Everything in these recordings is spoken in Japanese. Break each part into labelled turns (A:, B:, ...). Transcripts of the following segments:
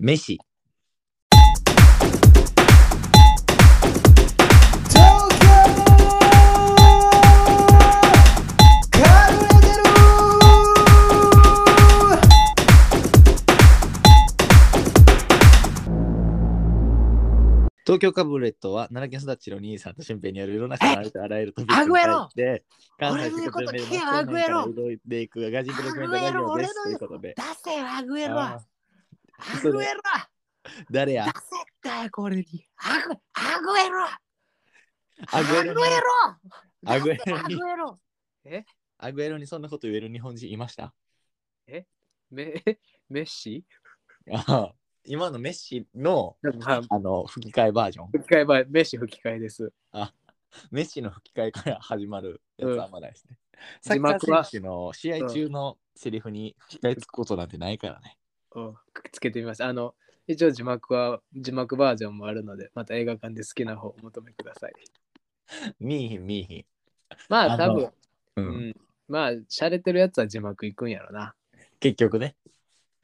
A: メシ。東京カブレットは奈良県育ちの兄さんと身辺にあるいろんな人のありとあらゆるトピックに対して関西
B: 俺の言うこと聞けよ
A: ア
B: ア
A: グ
B: グ
A: エ
B: エ
A: ロ
B: ロ
A: 動いていくがガジンプログラムラジオですということで
B: 出せよ、アグエロ
A: あ
B: は。アグエロは
A: ー誰
B: 出
A: や
B: せだよ、これに。アグアグエロ
A: アグエロに
B: ア
A: アグ
B: グ
A: エ
B: エ
A: ロ
B: ロ
A: に
B: アグエロ
A: アグエロにそんなこと言える日本人いました
C: メ メッシ
A: あー 今のメッシの
C: はい
A: あの吹き替えバージョン
C: 吹き替えば、メッシ吹き替えです。
A: メッシの吹き替えから始まるやつはあんまないです ね。
C: うん
A: サッカー
C: 字幕は
A: 選手の試合中のセリフに吹き替えつくことなんてないからね。
C: うんつけてみます。あの、一応字幕は、字幕バージョンもあるので、また映画館で好きな方をお求めください。
A: 見いひん見いひん。
C: ま
A: あの
C: あ、多分、
A: う、
C: うんん。まあ、洒落てるやつは字幕いくんやろな。
A: 結局ね。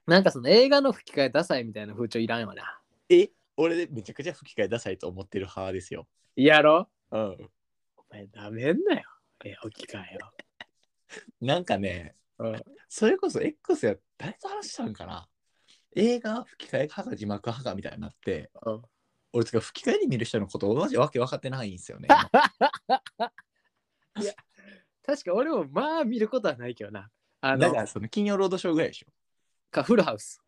C: なんかその映画の吹き替えダサいみたいな風潮いらんよな。
A: え俺でめちゃくちゃ吹き替えダサいと思ってる派ですよ。
C: やろ
A: うん。
C: お前、なめんなよ。え、吹き替えを。
A: なんかね、
C: うん
A: それこそ X や誰と話したんかな映画は吹き替え派か字幕派かみたいになって、
C: うん
A: 俺つか吹き替えで見る人のこと同じわけ分かってないんですよ ね。
C: 確か俺もまあ見ることはないけどな。あ
A: だ
C: の
A: か、らその金曜ロードショーぐらいでしょ。
C: かフルハウス。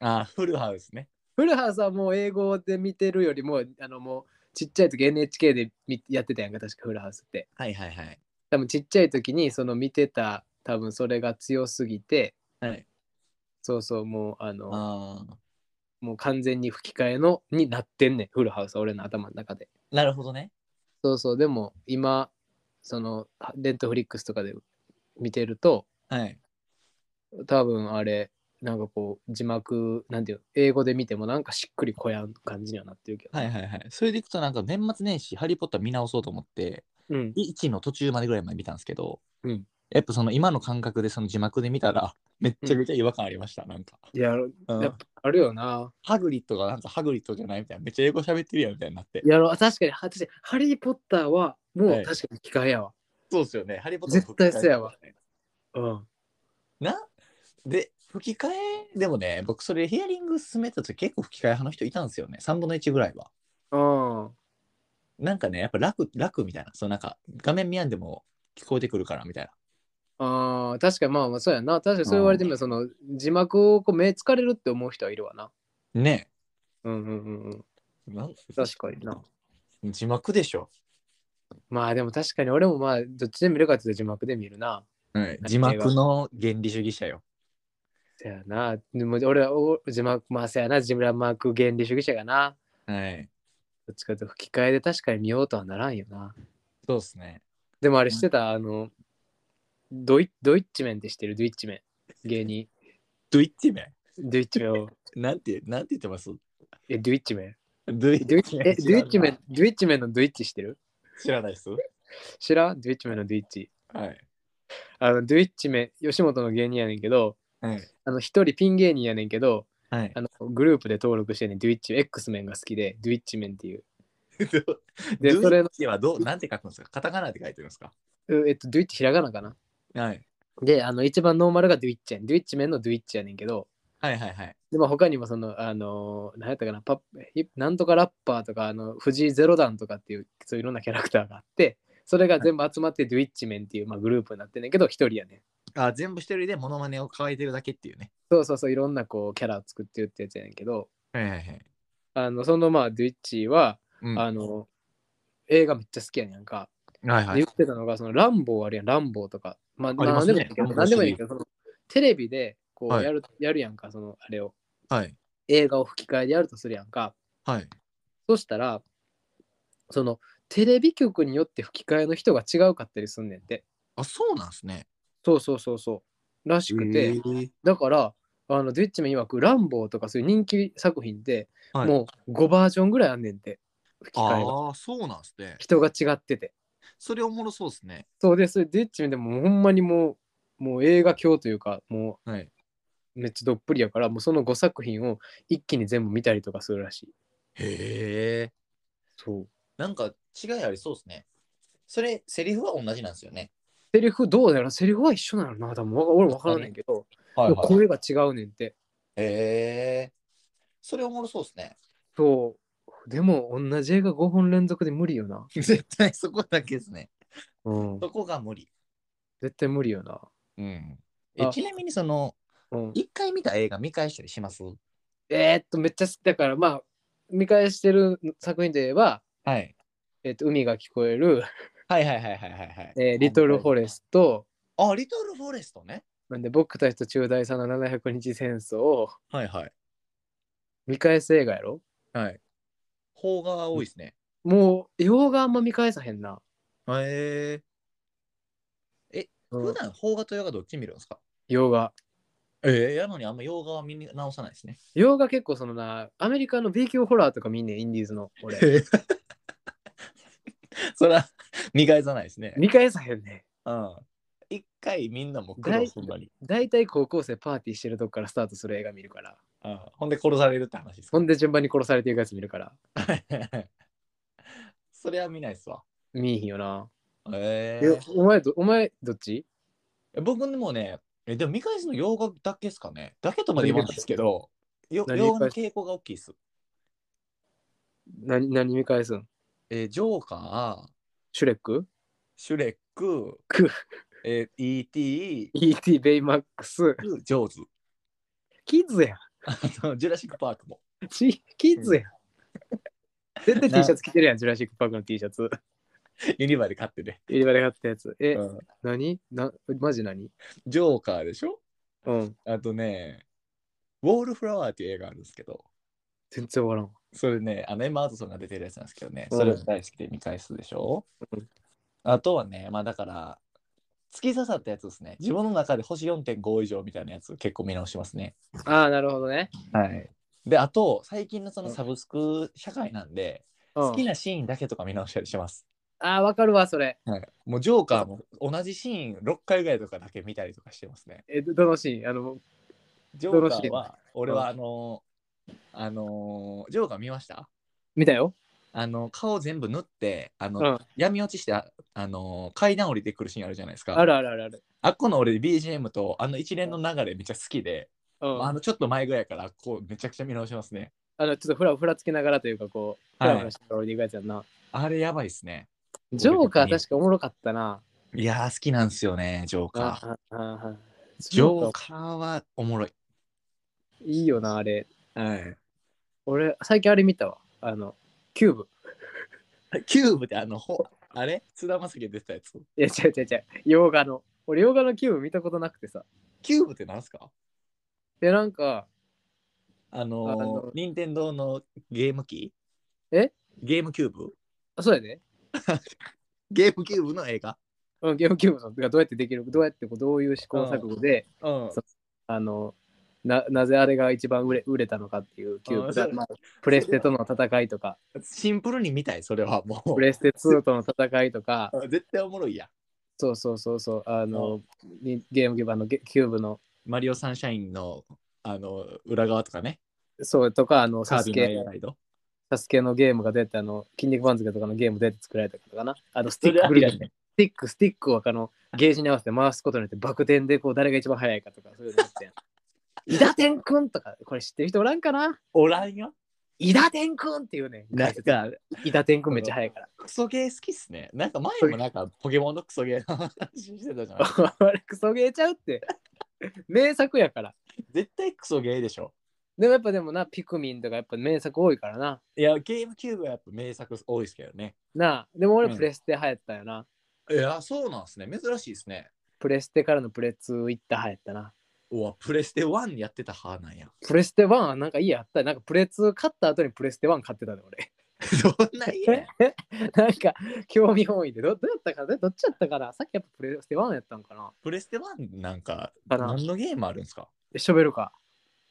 A: ああ、フルハウスね。
C: フルハウスはもう英語で見てるよりも、あのもうちっちゃい時 NHK で見やってたやんか、確かフルハウスって。
A: はいはいはい。
C: 多分ちっちゃい時にその見てた、多分それが強すぎて、
A: はい、
C: そうそう、もうあの、
A: ああ。
C: もう完全に吹き替えのになってんねん、フルハウスは俺の頭の中で。
A: なるほどね。
C: そうそう、でも今、その、レントフリックスとかで見てると、
A: はい。
C: 多分あれ、なんかこう、字幕、なんていうの英語で見てもなんかしっくりこやん感じにはなってるけど。
A: はいはいはい。それでいくとなんか年末年始ハリー・ポッター見直そうと思って
C: うん。
A: 1の途中までぐらいまで見たんですけど、
C: うん
A: やっぱその今の感覚でその字幕で見たらめっちゃめちゃ違和感ありました、なんか、
C: いや、
A: うん
C: やっぱあるよな。
A: ハグリッドがなんかハグリッドじゃないみたいなめっちゃ英語喋ってるやんみたいになって
C: いやろ、確かに、は確かにハリー・ポッターは、もう
A: はい
C: 確かに吹き替えやわ。
A: そうですよねハリー・ポッター
C: 絶対そうやわ。うん。
A: なで吹き替えでもね僕それヒアリング進めた時結構吹き替え派の人いたんですよね3分の1ぐらいは
C: うん。
A: なんかねやっぱ楽楽みたいなそのなんか画面見やんでも聞こえてくるからみたいな
C: あー確かにまあまあそうやな。確かにそう言われてみれば、その字幕をこう目疲れるって思う人はいるわな。
A: ね
C: うんうんうんうん。
A: えなん
C: 確かにな。
A: 字幕でしょ
C: まあでも確かに俺もまあどっちで見るかって言うと字幕で見るな。
A: はい、
C: は
A: 字幕の原理主義者よ。
C: せやな。でも俺はお字幕、まあせやな。字幕原理主義者がな。
A: はい。
C: どっちかというと吹き替えで確かに見ようとはならんよな。
A: そうですね。
C: でもあれしてた、あの、ドイドイッチメンって知ってるドイッチメン。芸人。
A: ドゥイッチメ
C: ドゥイッチメンを。
A: ン。なんて、なんて言ってます
C: え、ドゥイッチメン。
A: ドゥイ
C: ドゥイッチえドゥイッチメン、ドゥイッチメンのドゥイッチしてる
A: 知らないっす。
C: 知らんドゥイッチメンのドゥイッチ。
A: はい。
C: あの、ドゥイッチメン、吉本の芸人やねんけど、
A: はい。
C: あの、一人ピン芸人やねんけど、
A: はい
C: あ。の、グループで登録してんねん、ドゥイッチ、X メンが好きで、ドゥイッチメン っていう。
A: で、
C: で
A: そ
C: それ
A: れ
C: の
A: はどう、なんて書くんですかカタカナで書いてるんですか
C: うえっと、ドゥイッチひらがなかな
A: はい。
C: で、あの、一番ノーマルがドゥイッチやん。ドゥイッチメンのドゥイッチやねんけど、
A: はいはいはい。
C: で、まあ、他にもその、あのー、何やったかな、パッヒなんとかラッパーとか、あの、藤井ゼロ段とかっていう、そういういろんなキャラクターがあって、それが全部集まって、ドゥイッチメンっていう、まあ、グループになってんねんけど、一人やねん。
A: あ、全部一人でモノマネを書いてるだけっていうね。
C: そうそうそう、いろんなこう、キャラを作ってるってやつやねんけど、
A: はいはいはい。
C: あの、そのまあ、ドゥイッチは、
A: うん、
C: あの、映画めっちゃ好きやねんか。
A: はいは
C: で言
A: い。
C: ってたのが、その、ランボーあるやん、ランボーとか。まあ、
A: りま
C: なん
A: す
C: で
A: ね
C: もいいけど、
A: ランボー
C: なんでもいいけど、そのテレビで、こ
A: は
C: う、
A: い
C: やる、やるやんか、その、あれを。
A: はい。
C: 映画を吹き替えでやるとするやんか。
A: はい。
C: そしたら、その、テレビ局によって吹き替えの人が違うかったりすんねんって。
A: あ、そうなんですね。
C: そうそうそうそう。らしくて、
A: ー
C: だから、あの、ドゥイッチメン曰く、ランボーとかそういう人気作品で、
A: はい
C: もう5バージョンぐらいあんねんって、吹き替えが。
A: ああ、そうなんですね。
C: 人が違ってて。
A: それおもろそうですね。
C: そうで、それデッチメンでももうほんまにもう、もう映画教というか、も
A: はい。
C: うめっちゃどっぷりやからもうその5作品を一気に全部見たりとかするらしい
A: へえ。
C: そう
A: なんか違いありそうですね。それ、セリフは同じなんですよね。
C: セリフどうやらセリフは一緒なのな多分わ俺分からないけど、
A: は
C: でも声が違うねんって
A: へえ。それおもろそうですね。
C: そうでも同じ映画5本連続で無理よな
A: 絶対そこだけですね。
C: うん
A: そこが無理。
C: 絶対無理よな
A: うん。え
C: あ
A: ちなみにその
C: うん
A: 一回見た映画見返したりします
C: えーっとめっちゃ好きだからまあ見返してる作品といえば
A: はい。
C: えーっと海が聞こえる、
A: はいはいはいはいはいはい。
C: えーリトルフォレスト
A: あ、リトルフォレストね。
C: なんで僕たちと中大さんの700日戦争を
A: はいはい。
C: 見返す映画やろ
A: はい。邦画が多いですね。
C: もう洋画あんま見返さへんな、
A: へえ。
C: う
A: 普
C: ん
A: 段邦画と洋画どっち見るんですか
C: 洋画
A: ええやのにあんま洋画は見直さないですね。
C: 洋画結構そのなアメリカの B 級ホラーとか見んねんインディーズの俺
A: そら、見返さないですね。
C: 見返さへんねん
A: うん。一回みんなも苦労すんのに。
C: 大体高校生パーティーしてるとこからスタートする映画見るから
A: うんほんで殺されるって話です
C: ほんで順番に殺されていくやつ見るから
A: それは見ないっすわ。
C: 見えへんよな、
A: え
C: えお前どお前どっち
A: え僕でもね、えでも見返すの洋画だけですかね。だけとまで言わないですけど、よ
C: 何
A: 洋画の傾向が大きいです。
C: 何何見返すん
A: えージョーカー、
C: シュレック
A: シュレック、
C: ク
A: えー E.T.,
C: ?E.T. ベイマックス
A: ジョーズ、
C: キッズやん
A: あのジュラシック・パークも。
C: ちキッズやん絶対 T シャツ着てるやんジュラシック・パークの T シャツ
A: ユニバで買ってね、
C: 入れ歯で買ったやつえ、
A: うん
C: 何なマジ何
A: ジョーカーでしょ
C: うん
A: あとね、ウォールフラワーっていう映画あるんですけど、
C: 全然わからん
A: それね、あのエマ・アートソンが出てるやつなんですけどね、
C: うん
A: それが大好きで見返すでしょ、
C: うん
A: あとはね、まあだから、突き刺さったやつですね。自分の中で星4.5以上みたいなやつ結構見直しますね。
C: ああなるほどね、
A: はい。で、あと、最近のその
C: うん
A: サブスク社会なんで、
C: うん、
A: 好きなシーンだけとか見直したりします。
C: ああわかるわそれ
A: はい。もうジョーカーも同じシーン6回ぐらいとかだけ見たりとかしてますね。
C: えどどのシーンあの
A: ジョーカ
C: どのシ
A: ー
C: ーン
A: は、俺はあのーあのージョーカー見ました
C: 見たよ
A: あの顔全部塗ってあの、
C: うん
A: 闇落ちしてあ、あのー階段降りてくるシーンあるじゃないですか
C: あるあるあるある
A: あっこの俺 BGM とあの一連の流れめっちゃ好きで、
C: うん
A: あのちょっと前ぐらいからこうめちゃくちゃ見直しますね
C: あの、ちょっとふらふらつけながらというか、こう、ふ
A: はい
C: らふらして降りていくやつやんな。
A: あれやばいっすね
C: ジョーカー
A: 俺的に
C: 確かおもろかったな。
A: いやー好きなんですよねジョーカー
C: ああああ
A: ジョーカーはおもろい、
C: いいよな、あれ。
A: はい、
C: 俺、最近あれ見たわ。あの、キューブ。
A: キューブってあのほあれ津田正樹出てたやつ
C: いや、違う違う違う。洋画の。俺、洋画のキューブ見たことなくてさ。
A: キューブってなんすか
C: で、なんか、
A: あのー、
C: あの
A: 任天堂のゲーム機
C: え
A: ゲームキューブ
C: あそうやで、
A: ゲームキューブの映画
C: うん、ゲームキューブがどうやってできるどうやってこう、どういう試行錯誤で、
A: うん
C: そあの、ななぜあれが一番売れ売れたのかっていうキューブ
A: あ
C: だ
A: そう
C: まあ、プレステとの戦いとか、
A: シンプルに見たい、それはもう。
C: プレステ2との戦いとか、
A: 絶対おもろいやん。
C: そうそうそうそう、あの、にゲームキューブあのゲキューブの、
A: マリオサンシャインのあの裏側とかね、
C: そうとか、あの、
A: カ
C: サ
A: ービ
C: ス
A: ィのエ
C: ケ
A: ア、ライド。
C: サスケのゲームが出て、あの、筋肉番付とかのゲーム出て作られたことかな。あの、スティ
A: それは
C: ック
A: あ
C: グ
A: り
C: リ
A: や
C: ル、ス
A: ね
C: ティック、スティックをあの、ゲージに合わせて回すことによって、バク転で、こう、誰が一番速いかとか、そういうの やってん。伊田天くんとか、これ知ってる人おらんかな
A: おらんよ。
C: 伊田天くんっていうね。
A: なんか、
C: 伊田天くんめっちゃ速いから。
A: クソゲー好きっすね。なんか前もなんかポケモンのクソゲーの話してたじゃん。
C: あれ、 クソゲーちゃうって。名作やから。
A: 絶対クソゲーでしょ。
C: でもやっぱでもな、ピクミンとかやっぱ名作多いからな。
A: いや、ゲームキューブはやっぱ名作多いですけどね。
C: なあ、でも
A: う
C: 俺
A: ん
C: プレステ流行ったよな。
A: いや、そうなんすね。珍しいですね。
C: プレステからのプレ2行った派やったな。
A: うわ、プレステ1やってた派なん や。
C: プレステ1はなんかいいやった。なんかプレ2買った後にプレステ1買ってたで俺。
A: そんな家や
C: なんか興味本位でどどうやったかなどっちやったかなさっきやっぱプレステ1やったんかな
A: プレステ1なんか、
C: かな
A: 何のゲームあるんですか
C: ショベルカ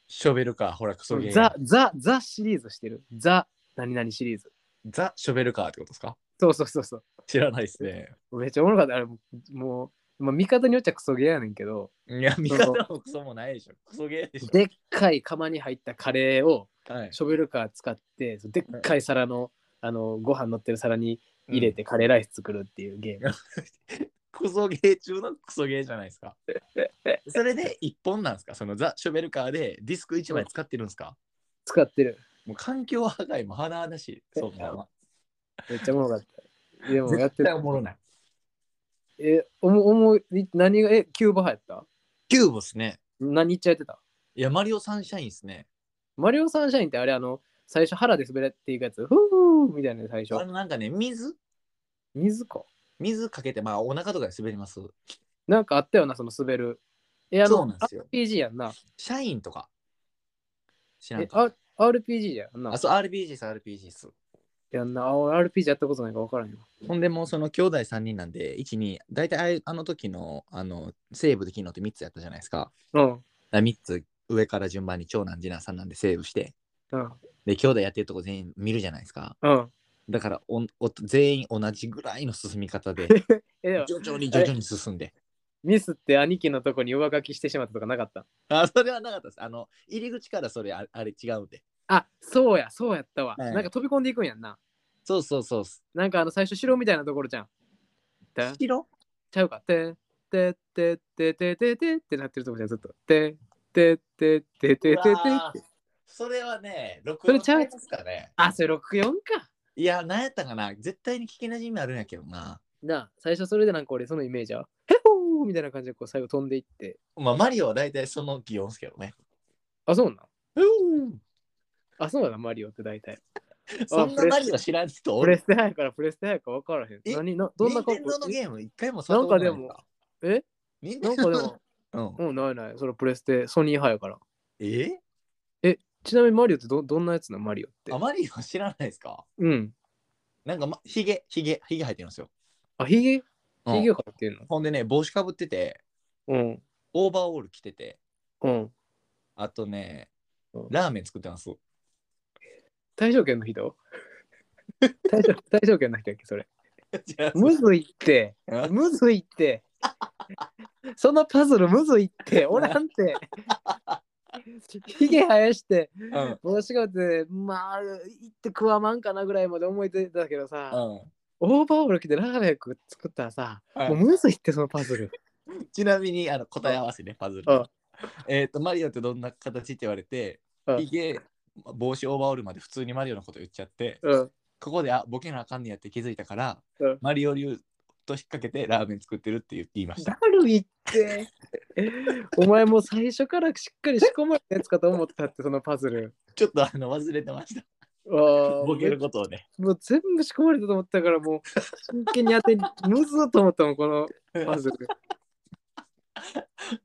A: ショベルカー、ほら、クソゲ
C: ー。
A: ー。
C: ザ、ザ、ザシリーズしてる。ザ、何々シリーズ。
A: ザ・ショベルカーってことですか
C: そうそうそうそ
A: 知らないですね。
C: う。めっちゃおもろかった。あれもうもまあ、見方によっちゃクソゲーやねんけど、
A: いや、味方もクソもないでしょ。クソゲーでしょ。
C: でっかい釜に入ったカレーを
A: はい、
C: ショベルカー使って、でっかい皿の、あの、ご飯乗ってる皿に入れてカレーライス作るっていうゲーム。
A: クソゲー中のクソゲーじゃないです か。それで一本なんですかそのザ・ショベルカーでディスク一枚使ってるんですか、
C: 使ってる。
A: もう環境破壊も甚だしい。そうだな。
C: めっちゃおもろかった。でもやっ
A: 絶
C: て
A: 対
C: た
A: お。もろない。
C: え、おも、おも、い何が、え、キューバ派やった
A: キューボっすね。
C: 何言っちゃやってた
A: いや、マリオサンシャインっすね。
C: マリオサンシャインってあれ、あの、最初腹で滑っていくやつ、ふーみたいなの最
A: あ
C: 初。
A: の、なんかね、水
C: 水か。
A: 水かけて、まあ、お腹とかで滑ります。
C: なんかあったよな、その滑る。え、あ
A: そう
C: の
A: なん、ですよ
C: RPG やんな。
A: シャインとか。知らん
C: え、
A: か。
C: あ RPG やんな
A: あ、。そう、RPG です、RPG です。
C: やんな。あ俺 RPG やったことないから分からんよ。
A: ほんでもうその兄弟3人なんで、1、2、大体あいあの時の、あの、セーブできるのって3つやったじゃないですか。
C: うん。
A: だ3つ上から順番に長男、次男、三男でセーブして、
C: うん。
A: で、兄弟やってるとこ全員見るじゃないですか。
C: うん。
A: だからおんお、全員同じぐらいの進み方で、
C: え、 でも、
A: 徐々に徐々に進んで。
C: ミスって兄貴のとこに上書きしてしまったとかなかった。
A: あ、それはなかったです。あの、入り口からそれ、ああれ違うんで。
C: あ、そうや、そうやったわ。
A: はい
C: なんか飛び込んでいくんやんな。
A: そうそうそうっす。
C: なんかあの、最初、城みたいなところじゃん。だ
A: 白
C: ちゃうか。てててててててってなってるとこじゃん、ずっと。ててててててて
A: うわーそれはね、録
C: それちゃう
A: すかね。
C: あ、それ64か。
A: いや、なんやったかな。絶対に聞きなじみあるんやけどな。
C: なあ、最初それでなんか俺、そのイメージは、へほーみたいな感じでこう最後飛んでいって。
A: まあ、マリオは大体その擬音ですけどね。
C: あ、そうなん。
A: うん。
C: あ、そうだな、マリオって大体。
A: そんなマリオ知らん人
C: プレ
A: 俺、
C: ステ早いからプレステ早いか分からへん。
A: え
C: 何など
A: ど
C: ん
A: ん
C: な
A: な
C: コ
A: コ
C: ン
A: ン
C: ボ
A: のゲーム一回も
C: なんかで
A: 触っ
C: も
A: たこ、
C: え
A: とないですか、
C: なんかでも、
A: うん、
C: うん、ないない。それプレステ、ソニー派やから。
A: え
C: ちなみにマリオってどどんなやつなのマリオって
A: あ。マリオ知らないですか
C: うん。
A: なんか、ま、ヒゲ、ヒゲ、ヒゲ生えてるんですよ。
C: あ、ヒゲ
A: うん
C: ヒゲかっていうの
A: ほんでね、帽子かぶってて、
C: うん。
A: オーバーオール着てて、
C: うん。
A: あとね
C: うん、
A: ラーメン作ってます。
C: 大正圏の 人大正大正圏の人やっけそれ。
A: じゃあ
C: むずいって。むずいって。そのパズルむずいって。おらんって。ヒゲ生やして、
A: うん。
C: 帽子かぶって、まあ、いって食わまんかなぐらいまで思いついてたけどさ。
A: うん
C: オーバーオール着てラーメン食作ったらさ、
A: はい
C: もうむずいってそのパズル。
A: ちなみにあの答え合わせね、パズル
C: うん。
A: えっと、マリオってどんな形って言われて
C: うん、
A: ヒゲ、帽子オーバーオールまで普通にマリオのこと言っちゃって、
C: うん。
A: ここであボケなあかんねやって気づいたから、
C: うん
A: マリオ流と引っ掛けてラーメン作ってるって言言いまし
C: だ
A: た。
C: るいって。お前もう最初からしっかり仕込まれたやつかと思ったってそのパズル。
A: ちょっとあの忘れて ました。
C: ああ
A: ボケることをね。
C: もう全部仕込まれたと思ったからもう真剣に当 てにむずっと思ったもんこのパズル。だ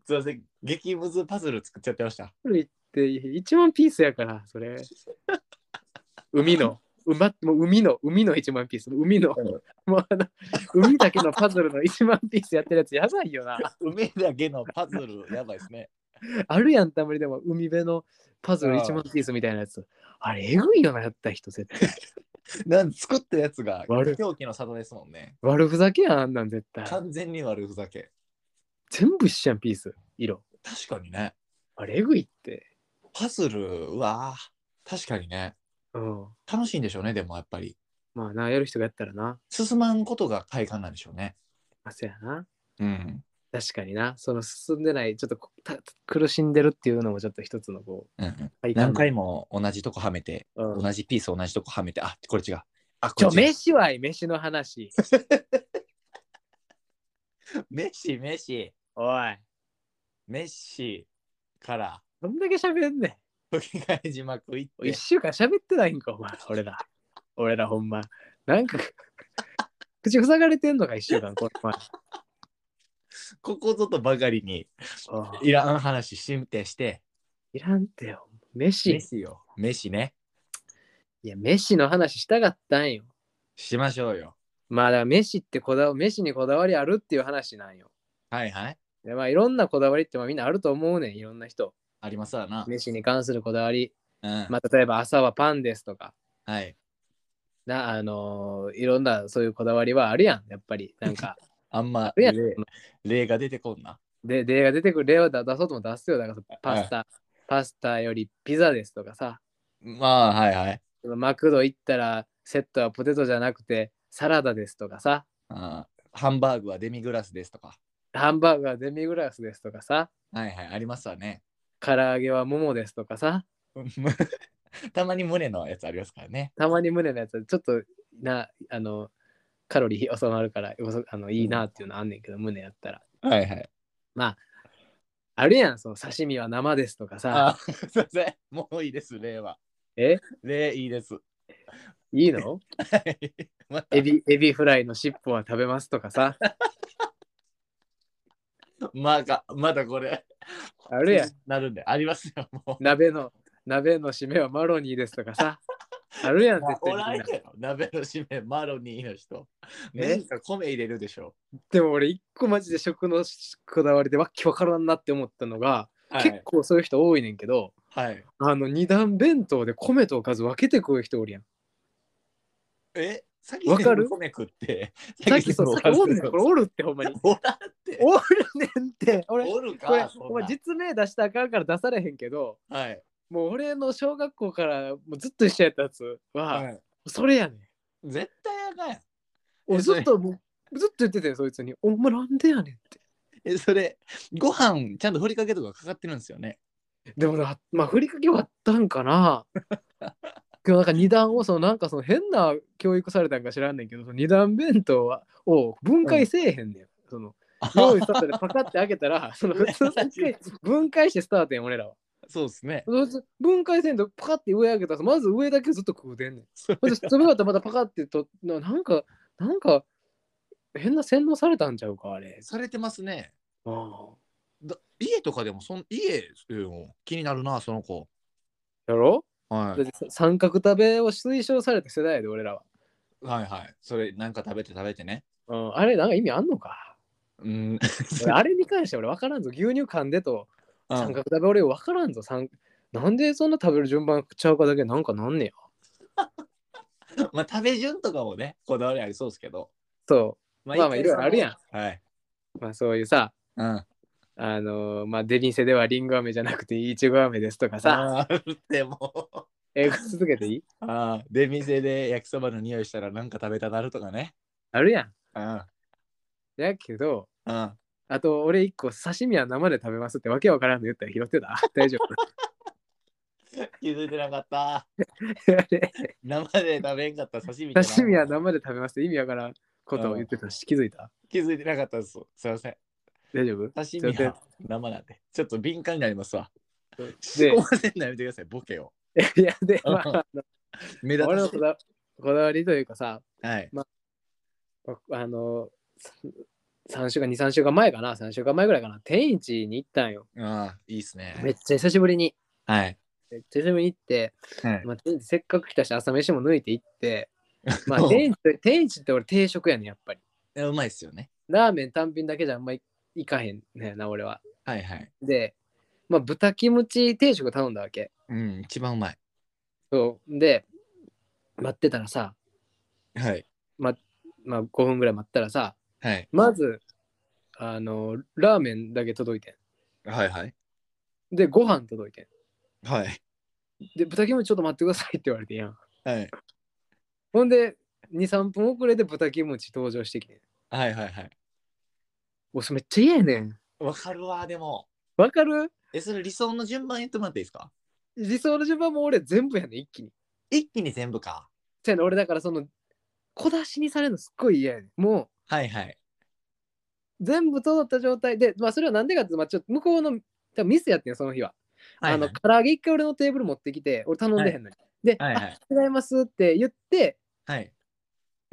A: すいません、激ムズパズル作っちゃってました。
C: るいって一万ピースやからそれ。海の。うまもう海の海の一万ピース海の、もうあの海だけのパズルの一万ピースやってるやつやばいよな
A: 梅だけのパズル、やばいですね。
C: あるやん、たまにでも海辺のパズル
A: ああ
C: 1万ピースみたいなやつ。あれ、えぐいよな、やった人絶対。
A: なん作ったやつが
C: 悪い
A: 狂気の里ですもんね。
C: 悪ふざけやん、あんなん絶対。
A: 完全に悪ふざけ。
C: 全部一緒やん、ピース、色。
A: 確かにね。
C: あれ、えぐいって。
A: パズル、うわー確かにね。
C: うん。
A: 楽しいんでしょうね、でもやっぱり。
C: まあな、やる人がやったらな。
A: 進まんことが快感なんでしょうね。
C: まあ、そやな。
A: うん。
C: 確かにな。その進んでない、ちょっとこた苦しんでるっていうのもちょっと一つのこう、
A: うんうん、
C: 快感
A: 何回も同じとこはめて、
C: うん、
A: 同じピース同じとこはめて、あ、これ違う。あ、
C: ち
A: こ
C: ょ、
A: れ違う。
C: 飯はい、飯の話。
A: メッシ、メッシ、
C: おい。
A: メッシから、
C: どんだけ喋んね
A: 吹 き替え字幕行
C: ん。
A: って、
C: 一週間喋ってないんか、お前、俺ら。俺らほんま。なんか、 口塞がれてんのか、一週間、これ、ま
A: ここぞとばかりに、
C: あ
A: いらん話してして、
C: いらんてよ。
A: メッ
C: 飯。
A: シよ。メッシね。
C: いや、飯の話したかったんよ。
A: しましょうよ。
C: まあ、だから飯ってこだわ、飯にこだわりあるっていう話なんよ。
A: はいはい。
C: でまあ、いろんなこだわりってまあみんなあると思うねん、いろんな人。
A: ありますわな。
C: 飯に関するこだわり。
A: うん。
C: まあ、例えば朝はパンですとか、
A: はい。
C: な、あのーいろんなそういうこだわりはあるやん、やっぱり。なんか、
A: あんま
C: そうや
A: 例
C: ね
A: 例が出てこんな。
C: で、例が出てくる、例を出出そうとも出すよ。だからパスタ、パスタよりピザですとかさ、
A: まあ、はいはい。
C: そのマクド行ったらセットはポテトじゃなくてサラダですとかさ、
A: あーハンバーグはデミグラスですとか。
C: ハンバーグはデミグラスですとかさ、
A: はいはい、ありますわね。
C: 唐揚げはももですとかさ、
A: たまに胸のやつありますからね。
C: たまに胸のやつ、ちょっとな、あの、カロリー収まるから、よそあのいいなっていうのあんねんけど、胸やったら。
A: はいはい。
C: あるやん、その刺身は生ですとかさ、
A: あー、 すいません。もういいです、例は。
C: え
A: 例いいです。
C: いい の
A: はいまた
C: エビ、エビフライの尻尾は食べますとかさ、
A: まだ、まだこれ。
C: ある やん。
A: なるんで、ありますよ、もう。
C: 鍋の鍋の締めはマロニーですとかさ。あるやん、絶対
A: おらん
C: みん
A: や
C: な。
A: ろ鍋の締め、マロニーの人。
C: え
A: 何か米入れるでしょ。
C: でも俺、一個マジで食のこだわりでわっきわからんなって思ったのが、
A: は
C: 結
A: い。
C: 構そういう人多いねんけど、
A: はい、
C: あの二段弁当で米とおかず分けて食う人おるやん。
A: えさっき
C: わかる
A: 全部米食って。
C: さっきそう、さっきおるねん、これおるってほんまに。
A: おらんって。
C: おるねんって。俺、
A: おる
C: これ
A: か。、そん
C: お前
A: な
C: 実名出したらあかんから出されへんけど、
A: はい。
C: もう俺の小学校からもうずっと一緒やったやつは、
A: はい
C: それやねん。
A: 絶対あかんやん。
C: 俺
A: えそ
C: ず
A: れ
C: っともう、ずっと言ってたよ、そいつに。お前なんでやねんって。
A: え、それ、ご飯ちゃんとふりかけとかかかってるんですよね。
C: でもな、まあ、ふりかけはあったんか な。でもなんか二段をそのなんかその変な教育されたんか知らんねんけど、その二段弁当はを分解せえへんねん。その用意スタートでパカって開け たら、その普通一回分解してスタートやん、俺らは。
A: そうですね。
C: 普通分解せんとパカって上開けたら、まず上だけずっと食うてんねん。
A: それ
C: ほんで、それ終わったらまたパカってとな、なんか、なんか、変な洗脳されたんちゃうか、あれ。
A: されてますね。
C: ああ
A: だ家とかでもそん、家うん気になるな、その子。
C: やろ
A: はい
C: だっ。てさ三角食べを推奨された世代やで、俺らは。
A: はいはい。それ、なんか食べて食べてね。
C: うん、あれなんか意味あんの か
A: うん。
C: 俺あれに関して俺分からんぞ牛乳噛んでと三角食べ俺分からんぞ三なんでそんな食べる順番ちゃうかだけなんかなんねや
A: まあ、食べ順とかもね、こだわりありそうですけど。
C: そ
A: ま
C: まあまあいろいろあるや
A: ん。はい。
C: うまあそういうさ
A: うん。
C: あのーまあ出店ではリンゴ飴じゃなくていちご飴ですとかさ
A: さあ、 でも、
C: 英語続けていい
A: ああ、出店で焼きそばの匂いしたらなんか食べたなるとかね。
C: あるやん
A: うん。
C: やけど
A: うん。
C: あと俺一個刺身は生で食べますってわけわからんの言ったら拾ってた 大丈 夫
A: 気づいてなかった。
C: あれ
A: 生で食べんかった刺身ってな
C: 刺身は生で食べますって意味わからんことを言ってたし気づいた
A: 気づいてなかったです。すいません。
C: 大丈夫
A: 刺身は生なんで。ちょっと敏感になりますわ。
C: で
A: で、ませんのやめてください、ボケを。
C: いやでまあ
A: 目立
C: 俺
A: た
C: の
A: し
C: こだこだわりというかさ
A: はい。
C: ああの3週間23週間前かな3週間前ぐらいかな天一に行ったんよ
A: ああ、いいっす
C: めっ
A: ね。
C: ちゃ久しぶりに
A: はい。
C: めっちゃ久しぶりに行って、
A: はい
C: まあ、天一せっかく来たし朝飯も抜いて行って、ま
A: お
C: あ、
A: う
C: 天一って天一って俺定食やねんやっぱり
A: えうまいっすよね。
C: ラーメン単品だけじゃあんまいいかへんねんな俺は
A: はいはい。
C: で、まあ、豚キムチ定食頼んだわけ
A: うん、一番うまい。
C: そうで待ってたらさ、
A: はい。
C: まあ、5分ぐらい待ったらさ
A: はい。
C: まずあのラーメンだけ届いて
A: はいはい。
C: んでご飯届いてん
A: はい。
C: で、豚キムチちょっと待ってくださいって言われてやん。
A: はい。
C: ほんで、2、3分遅れで豚キムチ登場してきて。
A: はいはいはい。
C: おそれめっちゃ嫌やねん。
A: わかるわ、でも。
C: わかる
A: え、それ理想の順番言ってもらっていいですか
C: 理想の順番も俺全部やねん、一気に。
A: 一気に全部か。
C: せやねん俺だからその、小出しにされるのすっごい嫌やねん。も
A: はいはい。
C: う、全部届った状態で、まあそれはなんでかっていうと、まあちょっと向こうの、多分ミスやってんよその日は。
A: はいは
C: あの、
A: い。
C: 唐揚げ一回俺のテーブル持ってきて、俺頼んでへんのに。で、
A: はいはい
C: あ違いますって言って、
A: はい。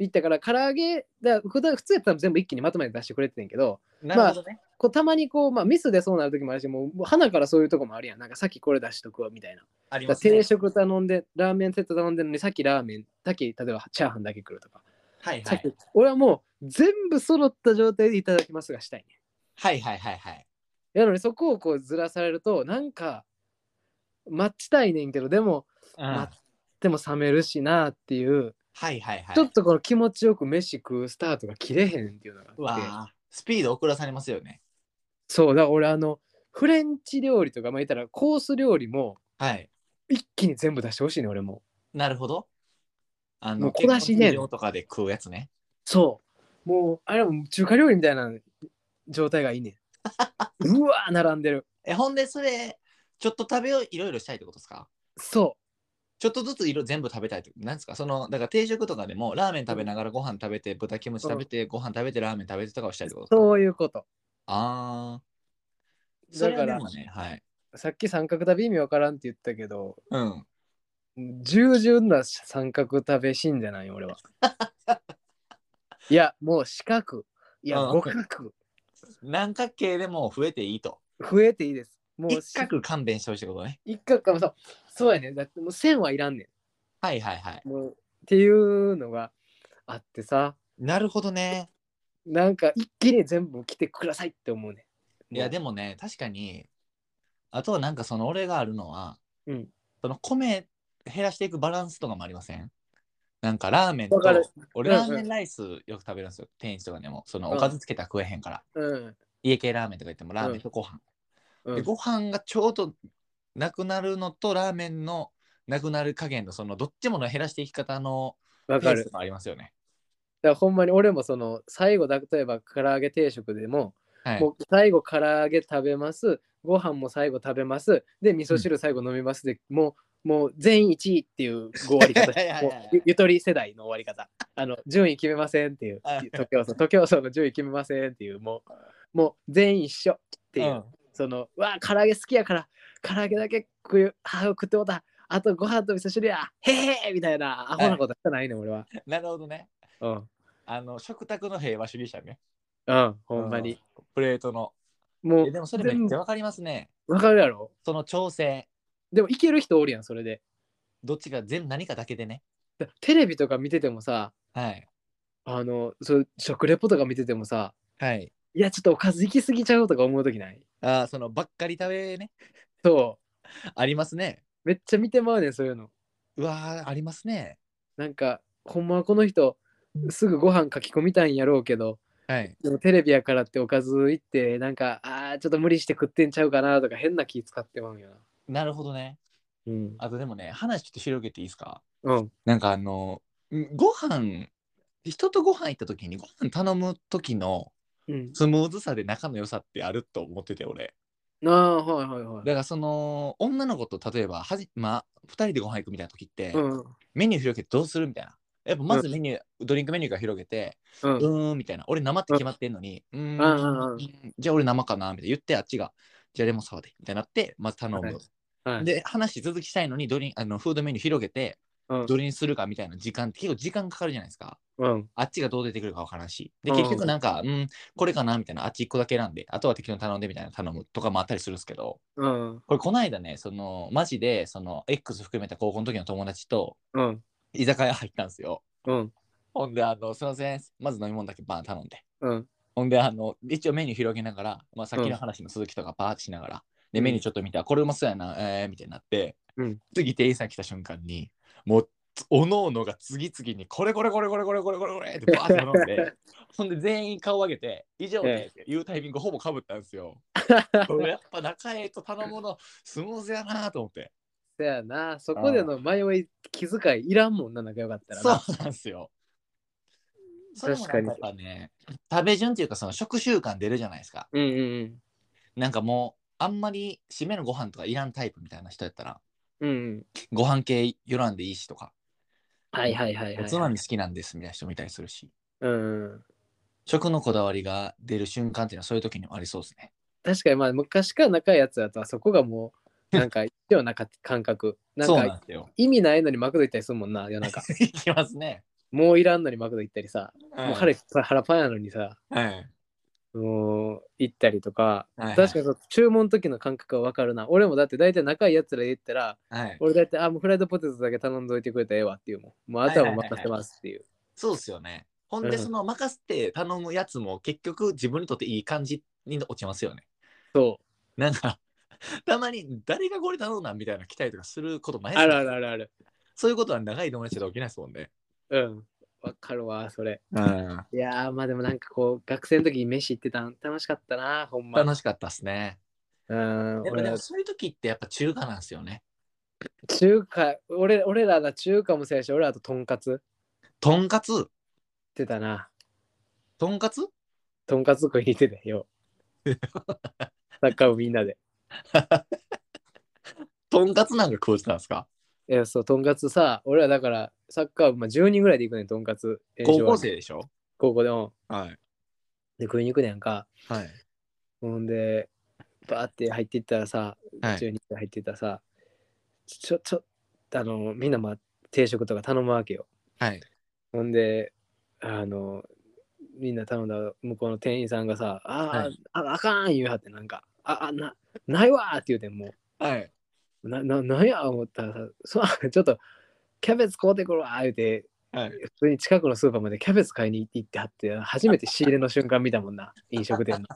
C: 言ったから、唐揚げ、だ普段普通やったら全部一気にまとめて出してくれてんやけど、
A: なるほどね。
C: こうたまにこう、まあ、ミスでそうなる時もあるしもうもう花からそういうとこもあるやんなんかさっきこれ出しとくわみたいな、
A: ありま
C: だから
A: すね
C: 定。食頼んでラーメンセット頼んでるのにさっきラーメンさっき例えばチャーハンだけ来るとか、
A: はいは
C: さっ
A: い。
C: き俺はもう全部揃った状態でいただきますがしたいね
A: はいはいはいはい。
C: やのにそこをこうずらされるとなんか待ちたいねんけどでも
A: うん
C: 待っても冷めるしなっていう
A: はいはいはい。
C: ちょっとこの気持ちよく飯食うスタートが切れへんっていうのが
A: う
C: あ
A: わ
C: って
A: あスピード遅らされますよね。
C: そうだから俺あのフレンチ料理とかまあ言ったらコース料理も
A: はい。
C: 一気に全部出してほしいね俺も
A: なるほど。あ
C: も
A: の、
C: う小出しで
A: 結婚式場とかで食うやつね。
C: そうもうあれも中華料理みたいな状態がいいね んうわー並んでる
A: え、ほんで、それ、ちょっと食べをいろいろしたいってことですか
C: そ
A: ちょっとずつ色全部食べたいって、なんですかその、だから定食とかでも、ラーメン食べながらご飯食べて、豚キムチ食べて、ご飯食べて、ラーメン食べてとかをしたいって
C: う
A: ことですか
C: そういうこと
A: ああ。そ
C: だ
A: れ
C: か
A: はで
C: ら
A: もね、はい。
C: さっき三角食べ意味わからんって言ったけど
A: うん。
C: 従順な三角食べ信者なんよ俺 はいやもう四角いや
A: うん
C: 五角
A: 何角形でも増えていいと。
C: 増えていいですもう
A: 一角勘弁してほしいってことね。
C: 一角かもそうそうやねだってもう線はいらんねん
A: はいはいはい。
C: もうっていうのがあってさ
A: なるほどね。
C: なんか一気に全部来てくださいって思うね
A: いや、
C: も
A: でもね、確かに、あとはなんかその俺があるのは、
C: うん
A: その米減らしていくバランスとかもありませんなんかラーメンと
C: わかる、
A: 俺
C: うん
A: ラーメンライスよく食べるんですよ、店員とかでも。その
C: うん
A: おかずつけたら食えへんから、
C: うん
A: 家系ラーメンとか言ってもラーメンとご飯。
C: う
A: で
C: ん、
A: ご飯がちょうどなくなるのとラーメンのなくなる加減のそのどっちもの減らしていき方の
C: わ
A: ペ
C: か
A: ー
C: る
A: スもありますよね。
C: だからほんまに俺もその最後例えば唐揚げ定食でも、
A: はい
C: もう最後唐揚げ食べますご飯も最後食べますで味噌汁最後飲みますで、もうもう全員1位っていう5割 方
A: はいはいはいはい
C: もうゆゆとり世代の終わり方あの順位決めませんっていう
A: はい
C: 徒競走徒競走の順位決めませんっていうもうもう全員一緒っていう、
A: うん
C: そのうわ唐揚げ好きやから唐揚げだけ食うあ食ってもうたあとご飯と味噌汁やへへみたいなアホなことしかないね、俺は
A: なるほどね。
C: うん
A: あの食卓の平和主義者ね。
C: うんほんまに、
A: うん。プレートの。
C: も
A: え
C: う
A: でもそれめっちゃわかりますね。
C: わかるやろ
A: その調整。
C: でもいける人おるやんそれで
A: どっちが全何かだけでね。
C: だテレビとか見ててもさ
A: はい。
C: あのそう食レポとか見ててもさ
A: はい。
C: いやちょっとおかず行き過ぎちゃうとか思う時ない
A: ああ、そのばっかり食べね。
C: そ
A: ありますね。
C: うめっちゃ見てまうねんそういうの
A: うわー、ありますね。
C: なんかほんまはこの人すぐご飯書き込みたいんやろうけど
A: はい。
C: でもテレビやからっておかず行ってなんかあーちょっと無理して食ってんちゃうかなとか変な気使ってまうんよな
A: なるほどね。
C: うん
A: あとでもね、話ちょっと広げていいですか
C: うん
A: なんかあの、んご飯、人とご飯行った時にご飯頼む時の
C: うん
A: スムーズさで仲の良さってあると思ってて俺。
C: ああはいはいは
A: だ
C: い
A: からその女の子と例えばはじ、まあ、2人でご飯行くみたいな時って、
C: うん
A: メニュー広げてどうするみたいな。やっぱまずメニュー、ドリンクメニューから広げて、
C: う
A: うんーんみたいな。俺生って決まってんのに、うーん
C: うんうんうん
A: じゃあ俺生かなみたいな。言ってあっちが、じゃあレモンサワーでみたいになって、まず頼む。
C: はいはい
A: で、話続きしたいのにドリンあの、フードメニュー広げて、
C: うん
A: ドリンするかみたいな時間って結構時間かかるじゃないですか。
C: うん
A: あっちがどう出てくるかわからんし。で、
C: うん
A: 結局なんか、うん、これかなみたいな。あっち1個だけ選んで、あとは適当に頼んでみたいな頼むとかもあったりするんですけど、
C: うん
A: これこの間ね、その、マジで、その、X 含めた高校の時の友達と
C: うん
A: 居酒屋入ったんですよ。
C: うん
A: ほんで、あの、すいません。まず飲み物だけバーン頼んで。
C: うん
A: ほんで、あの、一応メニュー広げながら、まあ、さっきの話の続きとかパーッてしながら、で、メニューちょっと見たら、これうまそうやな、えー、みたいになって、
C: うん
A: 次店員さん来た瞬間に、もう、おのおのが次々に、これこれこれこれこれこれこれこれってバーッて飲ん で、ほんで全員顔上げて、以上でって言うタイミングほぼかぶったんです よ。これやっぱ仲ええと頼むのスムーズやなと思って。
C: そやな、そこでの迷い、気遣いいらんもんな、仲良かったら
A: そ
C: な。
A: うなんですよ。それもなんかやっぱね、食べ順っていうか、その食習慣出るじゃないですか。
C: うんうん
A: なんかもうあんまり締めのご飯とかいらんタイプみたいな人やったら
C: うん。うんうん。
A: ご飯系よらんでいいしとか
C: はいはいはいはい。
A: おつまみ好きなんですみたいな人もいたりするし
C: うん。
A: 食のこだわりが出る瞬間っていうのはそういう時にもありそうですね
C: 確かにまあ昔から仲いいやつだとはそこがもう なんか一応なか感覚。なん
A: そうなん
C: か
A: ですよ
C: 意味ないのにマクド行ったりするもんな夜中。
A: いきますね
C: もういらんのにマクド行ったりさ。もう腹いっぱい腹パンやのにさ。
A: はい
C: もう行ったりとか。
A: はい
C: 確かにそう注文の時の感覚はわかるな。俺もだって大体仲いいやつらで言ったら、
A: はい
C: 俺だってあもうフライドポテトだけ頼んどいてくれたらええわっていうもん。もうあとはもう任せますっていう。
A: そうですよねほん
C: う
A: で
C: ん
A: その任せて頼むやつも結局自分にとっていい感じに落ちますよね
C: そう。
A: なんか たまに誰がこれ頼むなんみたいな期待とかすることないです
C: あ
A: よ
C: る
A: ね
C: あるあるある。
A: そういうことは長い友達で起きないですもんね
C: うん。わかるわ、それ。
A: うん、
C: いやー、まあでもなんかこう、学生の時に飯行ってたん楽しかったな、ほんま。
A: 楽しかったっすね。
C: うん、
A: でもで
C: 俺
A: も、そういう時ってやっぱ中華なんですよね。
C: 中華、俺俺らが中華もそうやし、俺らあととんかつ行っ
A: とんかつ
C: てたな。
A: とんかつ
C: とんかつ食いに行ってた よ。サッカー部みんなで。
A: とんかつなんか食うてたんですか
C: いや、そう、とんかつさ、俺らだから、サッカー部、まあ、10人ぐらいで行くねん、とんかつ。
A: 高校生でしょ
C: 高校でも。
A: はい。
C: で、食いに行くねんか。
A: はい。
C: ほんで、バーって入っていったらさ、
A: はい
C: 10人入っていったらさ、ちょ、ちょ、あの、みんなまあ定食とか頼むわけよ。
A: はい。
C: ほんで、あの、みんな頼んだ向こうの店員さんがさ、あー、
A: は
C: あ、あかん言うはって、なんか、あ、あ、な、ないわーって言うてん、も
A: はい。
C: う、な、な、なんや思ったらさ、そう、 ちょっと、キャベツ買うてくるわー言うて、
A: はい。
C: 普通に近くのスーパーまでキャベツ買いに行ってはって、初めて仕入れの瞬間見たも んな、飲食店の。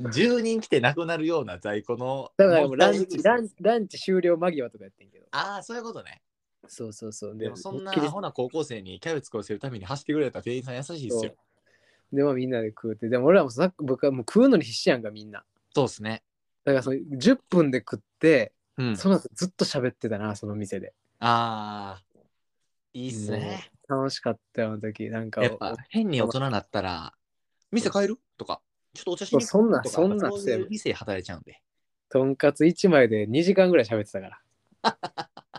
A: 10人来てなくなるような在庫の。
C: だからもうラン
A: 問題
C: チ、
A: 物
C: ランチ、ランチ終了間際とかやってんけど。
A: ああ、そういうことね。
C: そうそうそう。
A: でもそんな
C: 思いっき
A: ア
C: り
A: ホな高校生にキャベツ食わせるために走ってくれた店員さん優しいですよ。
C: でもみんなで食うって。でも俺らもさ、僕はもう食うのに必死やんか、みんな。
A: そうですね。
C: だからその10分で食って、
A: うん。
C: その後ずっと喋ってたな、その店で。
A: ああ、いいっす
C: も
A: ね。
C: う楽しかったよ、あの時。なんか、
A: やっぱ変に大人になったら、店変えるとか、ちょっとお茶し
C: そ
A: に
C: うそんな、
A: とか
C: そんな
A: そ
C: ん
A: う
C: せ
A: いう店働いちゃうんで。
C: とんかつ1枚で2時間ぐらい喋ってたから。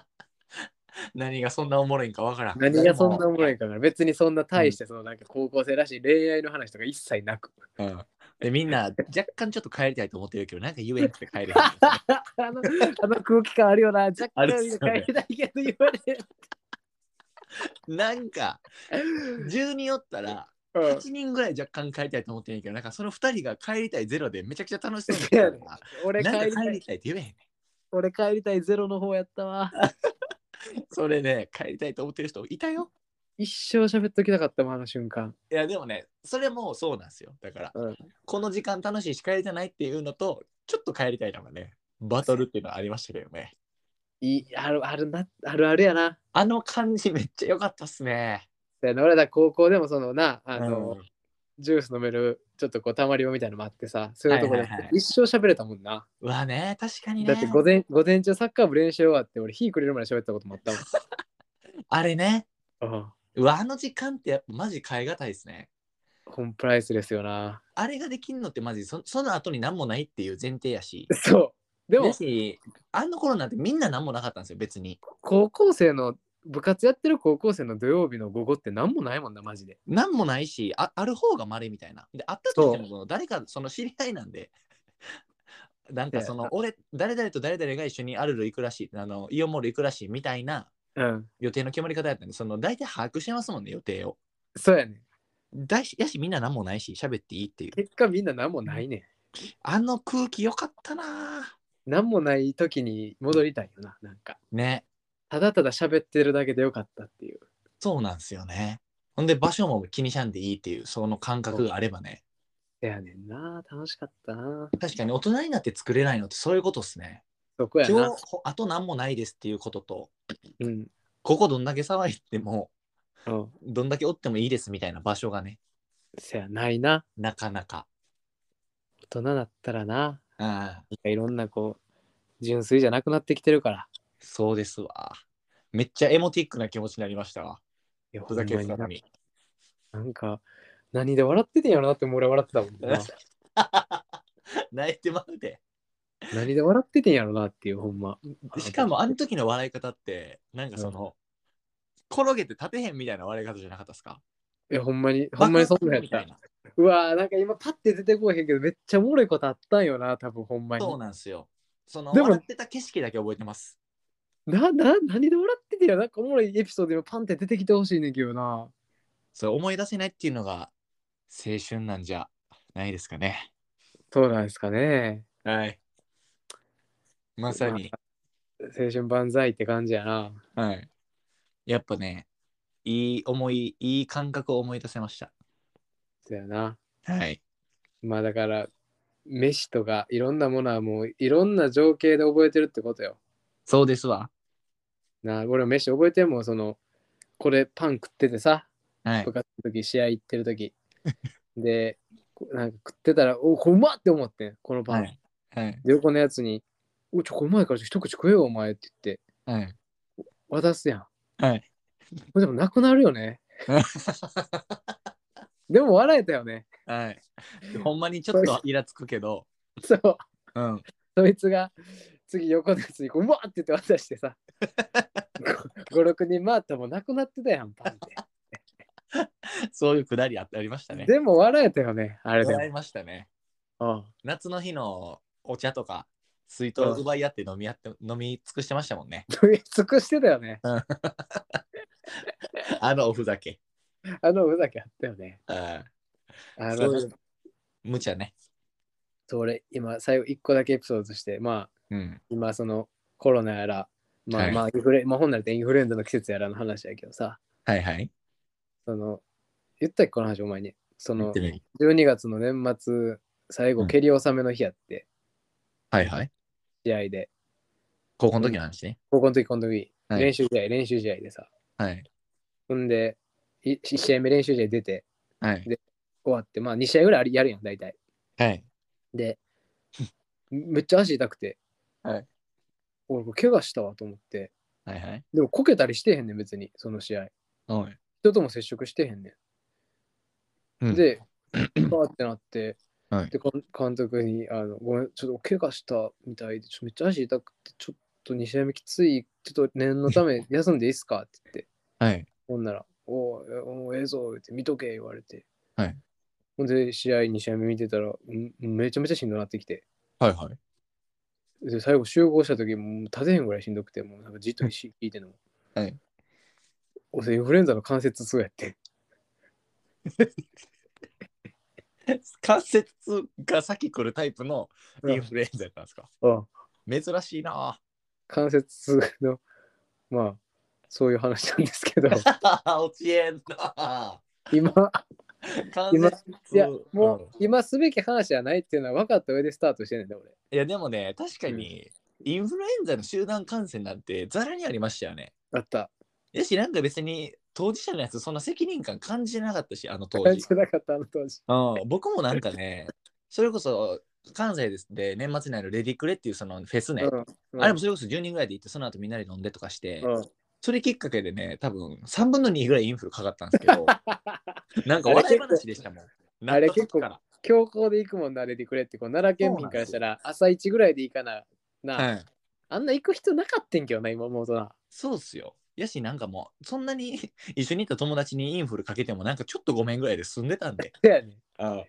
A: 何がそんなおもろいんかわからん。
C: 何がそんなおもろいかから。別にそんな大して、そのなんか高校生らしい恋愛の話とか一切なく。
A: うんでみんな若干ちょっと帰りたいと思ってるけど、なんか言えなくて帰れへん。
C: あのあの空気感あるよな。若
A: あ
C: 干
A: るっ
C: 帰
A: すよね
C: りたいけど言われる。
A: なんか、10人おったら、
C: うん
A: 8人ぐらい若干帰りたいと思ってんねんけど、なんかその2人が帰りたいゼロでめちゃくちゃ楽しそうにしてるから
C: 俺帰
A: なん
C: り
A: か
C: た
A: 帰
C: い
A: り、たいって言えへんね
C: 俺帰りたいゼロの方やったわ。
A: ん。それね、帰りたいと思ってる人いたよ。
C: 一生喋っときたかったもん、あの瞬間。
A: いや、でもね、それもそうなんですよ。だから、
C: うん
A: この時間楽しいし帰りたないっていうのと、ちょっと帰りたいのがね、バトルっていうのはありましたけどね。
C: いいあるあるな、あるあるやな。
A: あの感じめっちゃ良かったっすね。
C: そやな俺ら高校でもそのな、あの、
A: うん
C: ジュース飲める、ちょっとこう、たまり場みたいなのもあってさ、そういうとこで、
A: はいはいはい
C: 一生喋れたもんな。
A: うわね、確かに
C: だ
A: ね。
C: って午前午前中サッカー部練習終わって、俺火くれるまで喋ったこともあった
A: あれね、
C: もん。うん
A: うわ、あの時間ってやっぱマジ変えがたいですね。
C: コンプライスですよな。
A: あれができんのってマジそその後に何もないっていう前提やし。
C: そう。で
A: でも
C: も、
A: し、あの頃なんてみんな何もなかったんですよ、別に。
C: 高校生の、部活やってる高校生の土曜日の午後って何もないもんな、マジで。
A: 何もないし、あある方がまれみたいな。で、あったとしても、その誰かその知り合いなんで、 なんかその、俺、誰々と誰々が一緒にアルル行くらしい、あのイオンモール行くらしいみたいな
C: うん。
A: 予定の決まり方やったんで、その大体把握してますもんね、予定を。
C: そうやねん。
A: だし、やし、みんな何もないし、喋っていいっていう。
C: 結果みんな何もないねん。
A: あの空気良かったなぁ
C: 何もない時に戻りたいよな、なんか。
A: ね。
C: ただただ喋ってるだけでよかったっていう。
A: そうなんですよね。ほんで場所も気にしゃんでいいっていうその感覚があればね。
C: せやねんな、楽しかったな。
A: 確かに大人になって作れないのってそういうことですね。
C: そこ
A: 今
C: やな
A: 日。ほあと何もないですっていうことと、
C: うん。
A: ここどんだけ騒いでも、
C: うん
A: どんだけおってもいいですみたいな場所がね、
C: せやないな。
A: なかなか。
C: 大人だったらな、
A: うん、
C: いろんなこう、純粋じゃなくなってきてるから。
A: そうですわ。めっちゃエモティックな気持ちになりましたわ。
C: いや、ほ
A: ふ
C: んま
A: ざけて
C: に
A: た
C: な
A: のに。
C: なんか、何で笑っててんやろなって、もう俺笑ってたも んな。
A: 泣いてまうで。
C: 何で笑っててんやろなっていう、ほんま。
A: しかもあの時の笑い方って、なんかその、転げて立てへんみたいな笑い方じゃなかったですか
C: いや、ほんまに、ほんまにそんなんや
A: み
C: った
A: い
C: た。
A: な。
C: うわーなんか今パッて出てこへんけど、めっちゃおもろいことあったんよな、多分ほんまに。
A: そうなんですよ。その
C: でも
A: 笑ってた景色だけ覚えてます。
C: な、な、何で笑っててんやろなんかおもろいエピソード今パンって出てきてほしいねんけどな。
A: それ思い出せないっていうのが青春なんじゃないですかね。
C: そうなんですかね。
A: はい。まさに。
C: 青春万歳って感じやな。
A: はい。やっぱね、いい思い、いい感覚を思い出せました。
C: そうやな。
A: はい。
C: まあだから、飯とかいろんなものはもういろんな情景で覚えてるってことよ。
A: そうですわ。
C: な、俺も飯覚えてんもんその、これパン食っててさ、
A: はい
C: 部。活の時、試合行ってる時。で、こなんか食ってたら、おこれうまっって思ってん、このパン。
A: はいはい。
C: で、横のやつに、おちょ、これうまいからちょ一口食えよ、お前って言って、
A: はい。
C: 渡すやん。
A: はい。
C: これでもなくなるよね。でも笑えたよね。
A: はい。ほんまにちょっとイラつくけど、
C: そう。
A: うん。
C: そいつが次横のやつにこううわーって言って渡してさ56人回ってもなくなってたやんパンって
A: そういうくだりあありましたね。
C: でも笑えたよねあれで
A: も
C: も
A: らいましたね。
C: うん
A: 夏の日のお茶とか、水筒を奪い合って飲み合って、飲み尽くしてましたもん ね。
C: 取り尽くしてたよね
A: あのおふざけ。
C: あのふざけあったよね
A: うん
C: あ
A: そ
C: の
A: う無茶ね。
C: それ今最後1個だけエピソードとしてまあ
A: うん。
C: 今そのコロナやらま
A: は
C: あ
A: い
C: まあインフレ、まあ本来でインフルエンザの季節やらの話やけどさ
A: はいはい。
C: その言ったっけこの話お前にそ
A: 言っ
C: の
A: てみ
C: 12月の年末最
A: う
C: 後
A: ん
C: 蹴り納めの日やって、
A: はいはい。
C: 試合で
A: 高校の時の話ね。
C: 高校の時この時、
A: はい
C: 練習試合練習試合でさ
A: はい。
C: ほんで、1試合目練習試合出て、
A: はい。
C: 終わって、まあ2試合ぐらいありやるやん、大体。
A: はい。
C: で、めっちゃ足痛くて、
A: はい
C: 俺、これ怪我したわと思って、
A: はいはい。
C: でもこけたりしてへんねん、別に、その試合。
A: お い。
C: 人とも接触してへんねん。
A: うん
C: で、バーってなって、
A: はい
C: で、かん監督に、あの、ごめん、ちょっと怪我したみたいで、ちょっとめっちゃ足痛くて、ちょっと2試合目きつい、ちょっと念の ため休んでいいっすかって言って。
A: はい。
C: ほんなら、おうえおう、ええぞ、って見とけ、言われて。
A: はい。
C: ほんで、試合2試合目見てたら、んめちゃめちゃしんどなってきて。
A: はいはい。
C: で、最後集合した時、もう立てへんぐらいしんどくて、もうなんかじっと聞いてんの。
A: はい。
C: 俺、インフルエンザの関節痛やって。
A: 関節が先来るタイプのイン
C: う
A: フルエンザやったんですか、
C: ん
A: 珍しいな
C: 関節痛の、まあ、そういう話なんです けど、
A: ぁ落ちえんな
C: 今、
A: ぁ関
C: 今
A: 節痛
C: いや、も
A: ん
C: う、今すべき話じゃないっていうのは分かった上でスタートしてんねんで、俺。
A: いやでもね確かにインフルエンザの集団感染なんてざらにありましたよね
C: あった。
A: やしなんか別に当事者のやつそんな責任感感じなかったしあの当
C: 感
A: 時
C: じ、てなかった、あの当時。
A: うん、僕もなんかねそれこそ関西ですで年末にあるレディクレっていうそのフェスね、
C: うん
A: あれもそれこそ10人ぐらいで行ってその後みんなで飲んでとかして、
C: うん
A: それきっかけでね、多分3分の2ぐらいインフルかかったんですけ ど、なんか笑い話でしたもん。
C: あれ結構
A: なった
C: 強行で行くもんな、レディクレって、こう奈良県民からしたら、朝一ぐらいで行かな。な、
A: 時からはい。
C: あんな行く人なかったんけどな、今思うとな。
A: そうっすよ。やし、なんかもう、そんなに 一緒にいた友達にインフルかけても、なんかちょっとごめんぐらいで済んでたんで、
C: だよね。
A: あ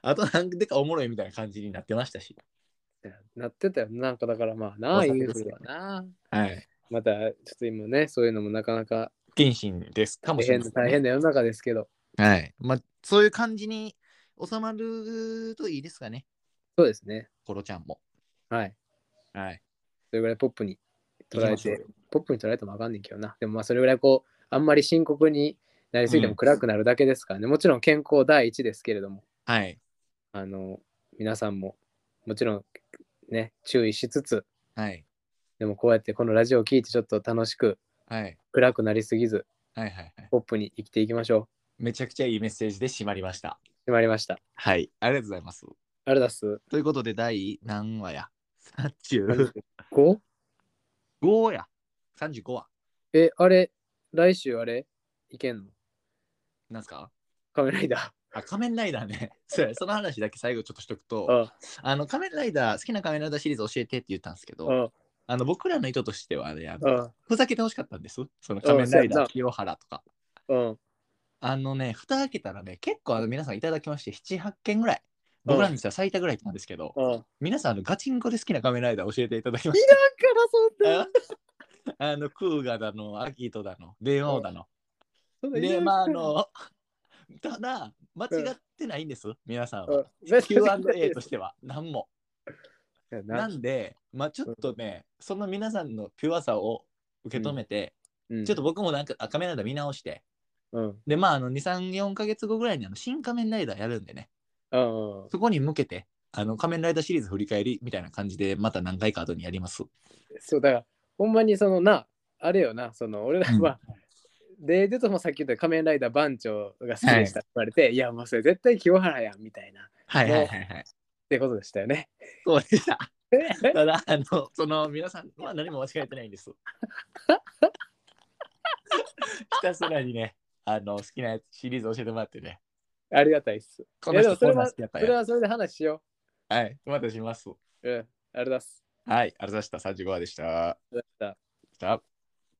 A: あとなんでかおもろいみたいな感じになってましたし、
C: なってたよ。なんかだからまあなあ、
A: お
C: イ
A: 酒
C: ン
A: です
C: フ
A: よ
C: ルはな。
A: はい。
C: また、ちょっと今ね、そういうのもなかなか
A: 不謹慎ですかも
C: 大
A: しれ
C: 変
A: ない、
C: 大変な世の中ですけど、
A: はい。まあ、そういう感じに収まるといいですかね、
C: そうですね。
A: コロちゃんも。
C: はい。
A: はい。
C: それぐらいポップに
A: 行
C: 捉
A: き
C: え
A: ましょう
C: て、ポップに捉えてもわかんねんけどな。でもまあ、それぐらいこう、あんまり深刻になりすぎて
A: う
C: も
A: ん
C: 暗くなるだけですからね。もちろん健康第一ですけれども。
A: はい。
C: あの、皆さんも、もちろん、ね、注意しつつ、
A: はい。
C: でもこうやってこのラジオを聞いて、ちょっと楽しく、
A: はい。
C: 暗くなりすぎず、
A: はい。はい。はい。
C: ポップに生きていきましょ
A: めちゃくちゃいいメッセージで締まりました。
C: う。決まりました。
A: はい、ありがとうございます。
C: あれだっす。
A: ということで、第何話や ?35
C: 5?
A: や。35話。
C: え、あれ、来週あれ、いけんの
A: なんすか
C: 仮面ライダ
A: あ、仮面ライダーね。 そうやその話だけ最後ちょっとしとく
C: ー。
A: と、
C: あ
A: あの、仮面ライダー、好きな仮面ライダーシリーズ教えてって言ったんですけど、
C: あ、
A: あの、僕らの意図としてはね、あの
C: あ
A: ふざけてほしかったんです。その仮面ライ
C: そうや
A: ダー、
C: な
A: 清原とか。
C: あ、うん。
A: あのね、蓋開けたらね、結構あの皆さんいただきまして、7、8件ぐらい。僕らにしては最多ぐらいなんですけど、
C: ああ。
A: 皆さんあのガチンコで好きな仮面ライダー教えていただきました
C: から
A: ああの、クーガだの、アキトだの、電王だの。
C: そんな。
A: で、まあ、あの、ただ、間違ってないんです、皆さんは。
C: うん、
A: Q&A としては、何も。
C: て
A: な
C: な。
A: んで、まあ、ちょっとね、その皆さんのピュアさを受け止めて、
C: うん
A: ちょっと、僕もなんか、あ仮面ライダー見直して、
C: うん。
A: で、まあ、あの、2、3、4ヶ月後ぐらいにあの新仮面ライダーやるんでね、
C: うんうん。
A: そこに向けて、あの、仮面ライダーシリーズ振り返りみたいな感じで、また何回か後にやります。
C: そう、だから、ほんまにそのな、あれよな、その、俺ら
A: うん
C: は、で、ちょっともうさっき言った仮面ライダー番長が好きでしたって言われて、い、や、もうそれ絶対清原やんみたいな。っ
A: はいはいはいはい。
C: てことでしたよね。
A: そうでした。ただ、あの、その、皆さんは何も間違えてないんです。ひたすらにね、あの、好きなシリーズ教えてもらってね。
C: ありがたいっす。
A: こ
C: い
A: の
C: やでも
A: 人こ
C: それ
A: んなん
C: は、
A: 好
C: そ
A: きやったん
C: れ
A: や。
C: はそれで話しよ
A: はい、またします。
C: う。うん。あれだす。
A: はい、ありがとうございました。35話でした。
C: ありがとうございました
A: した。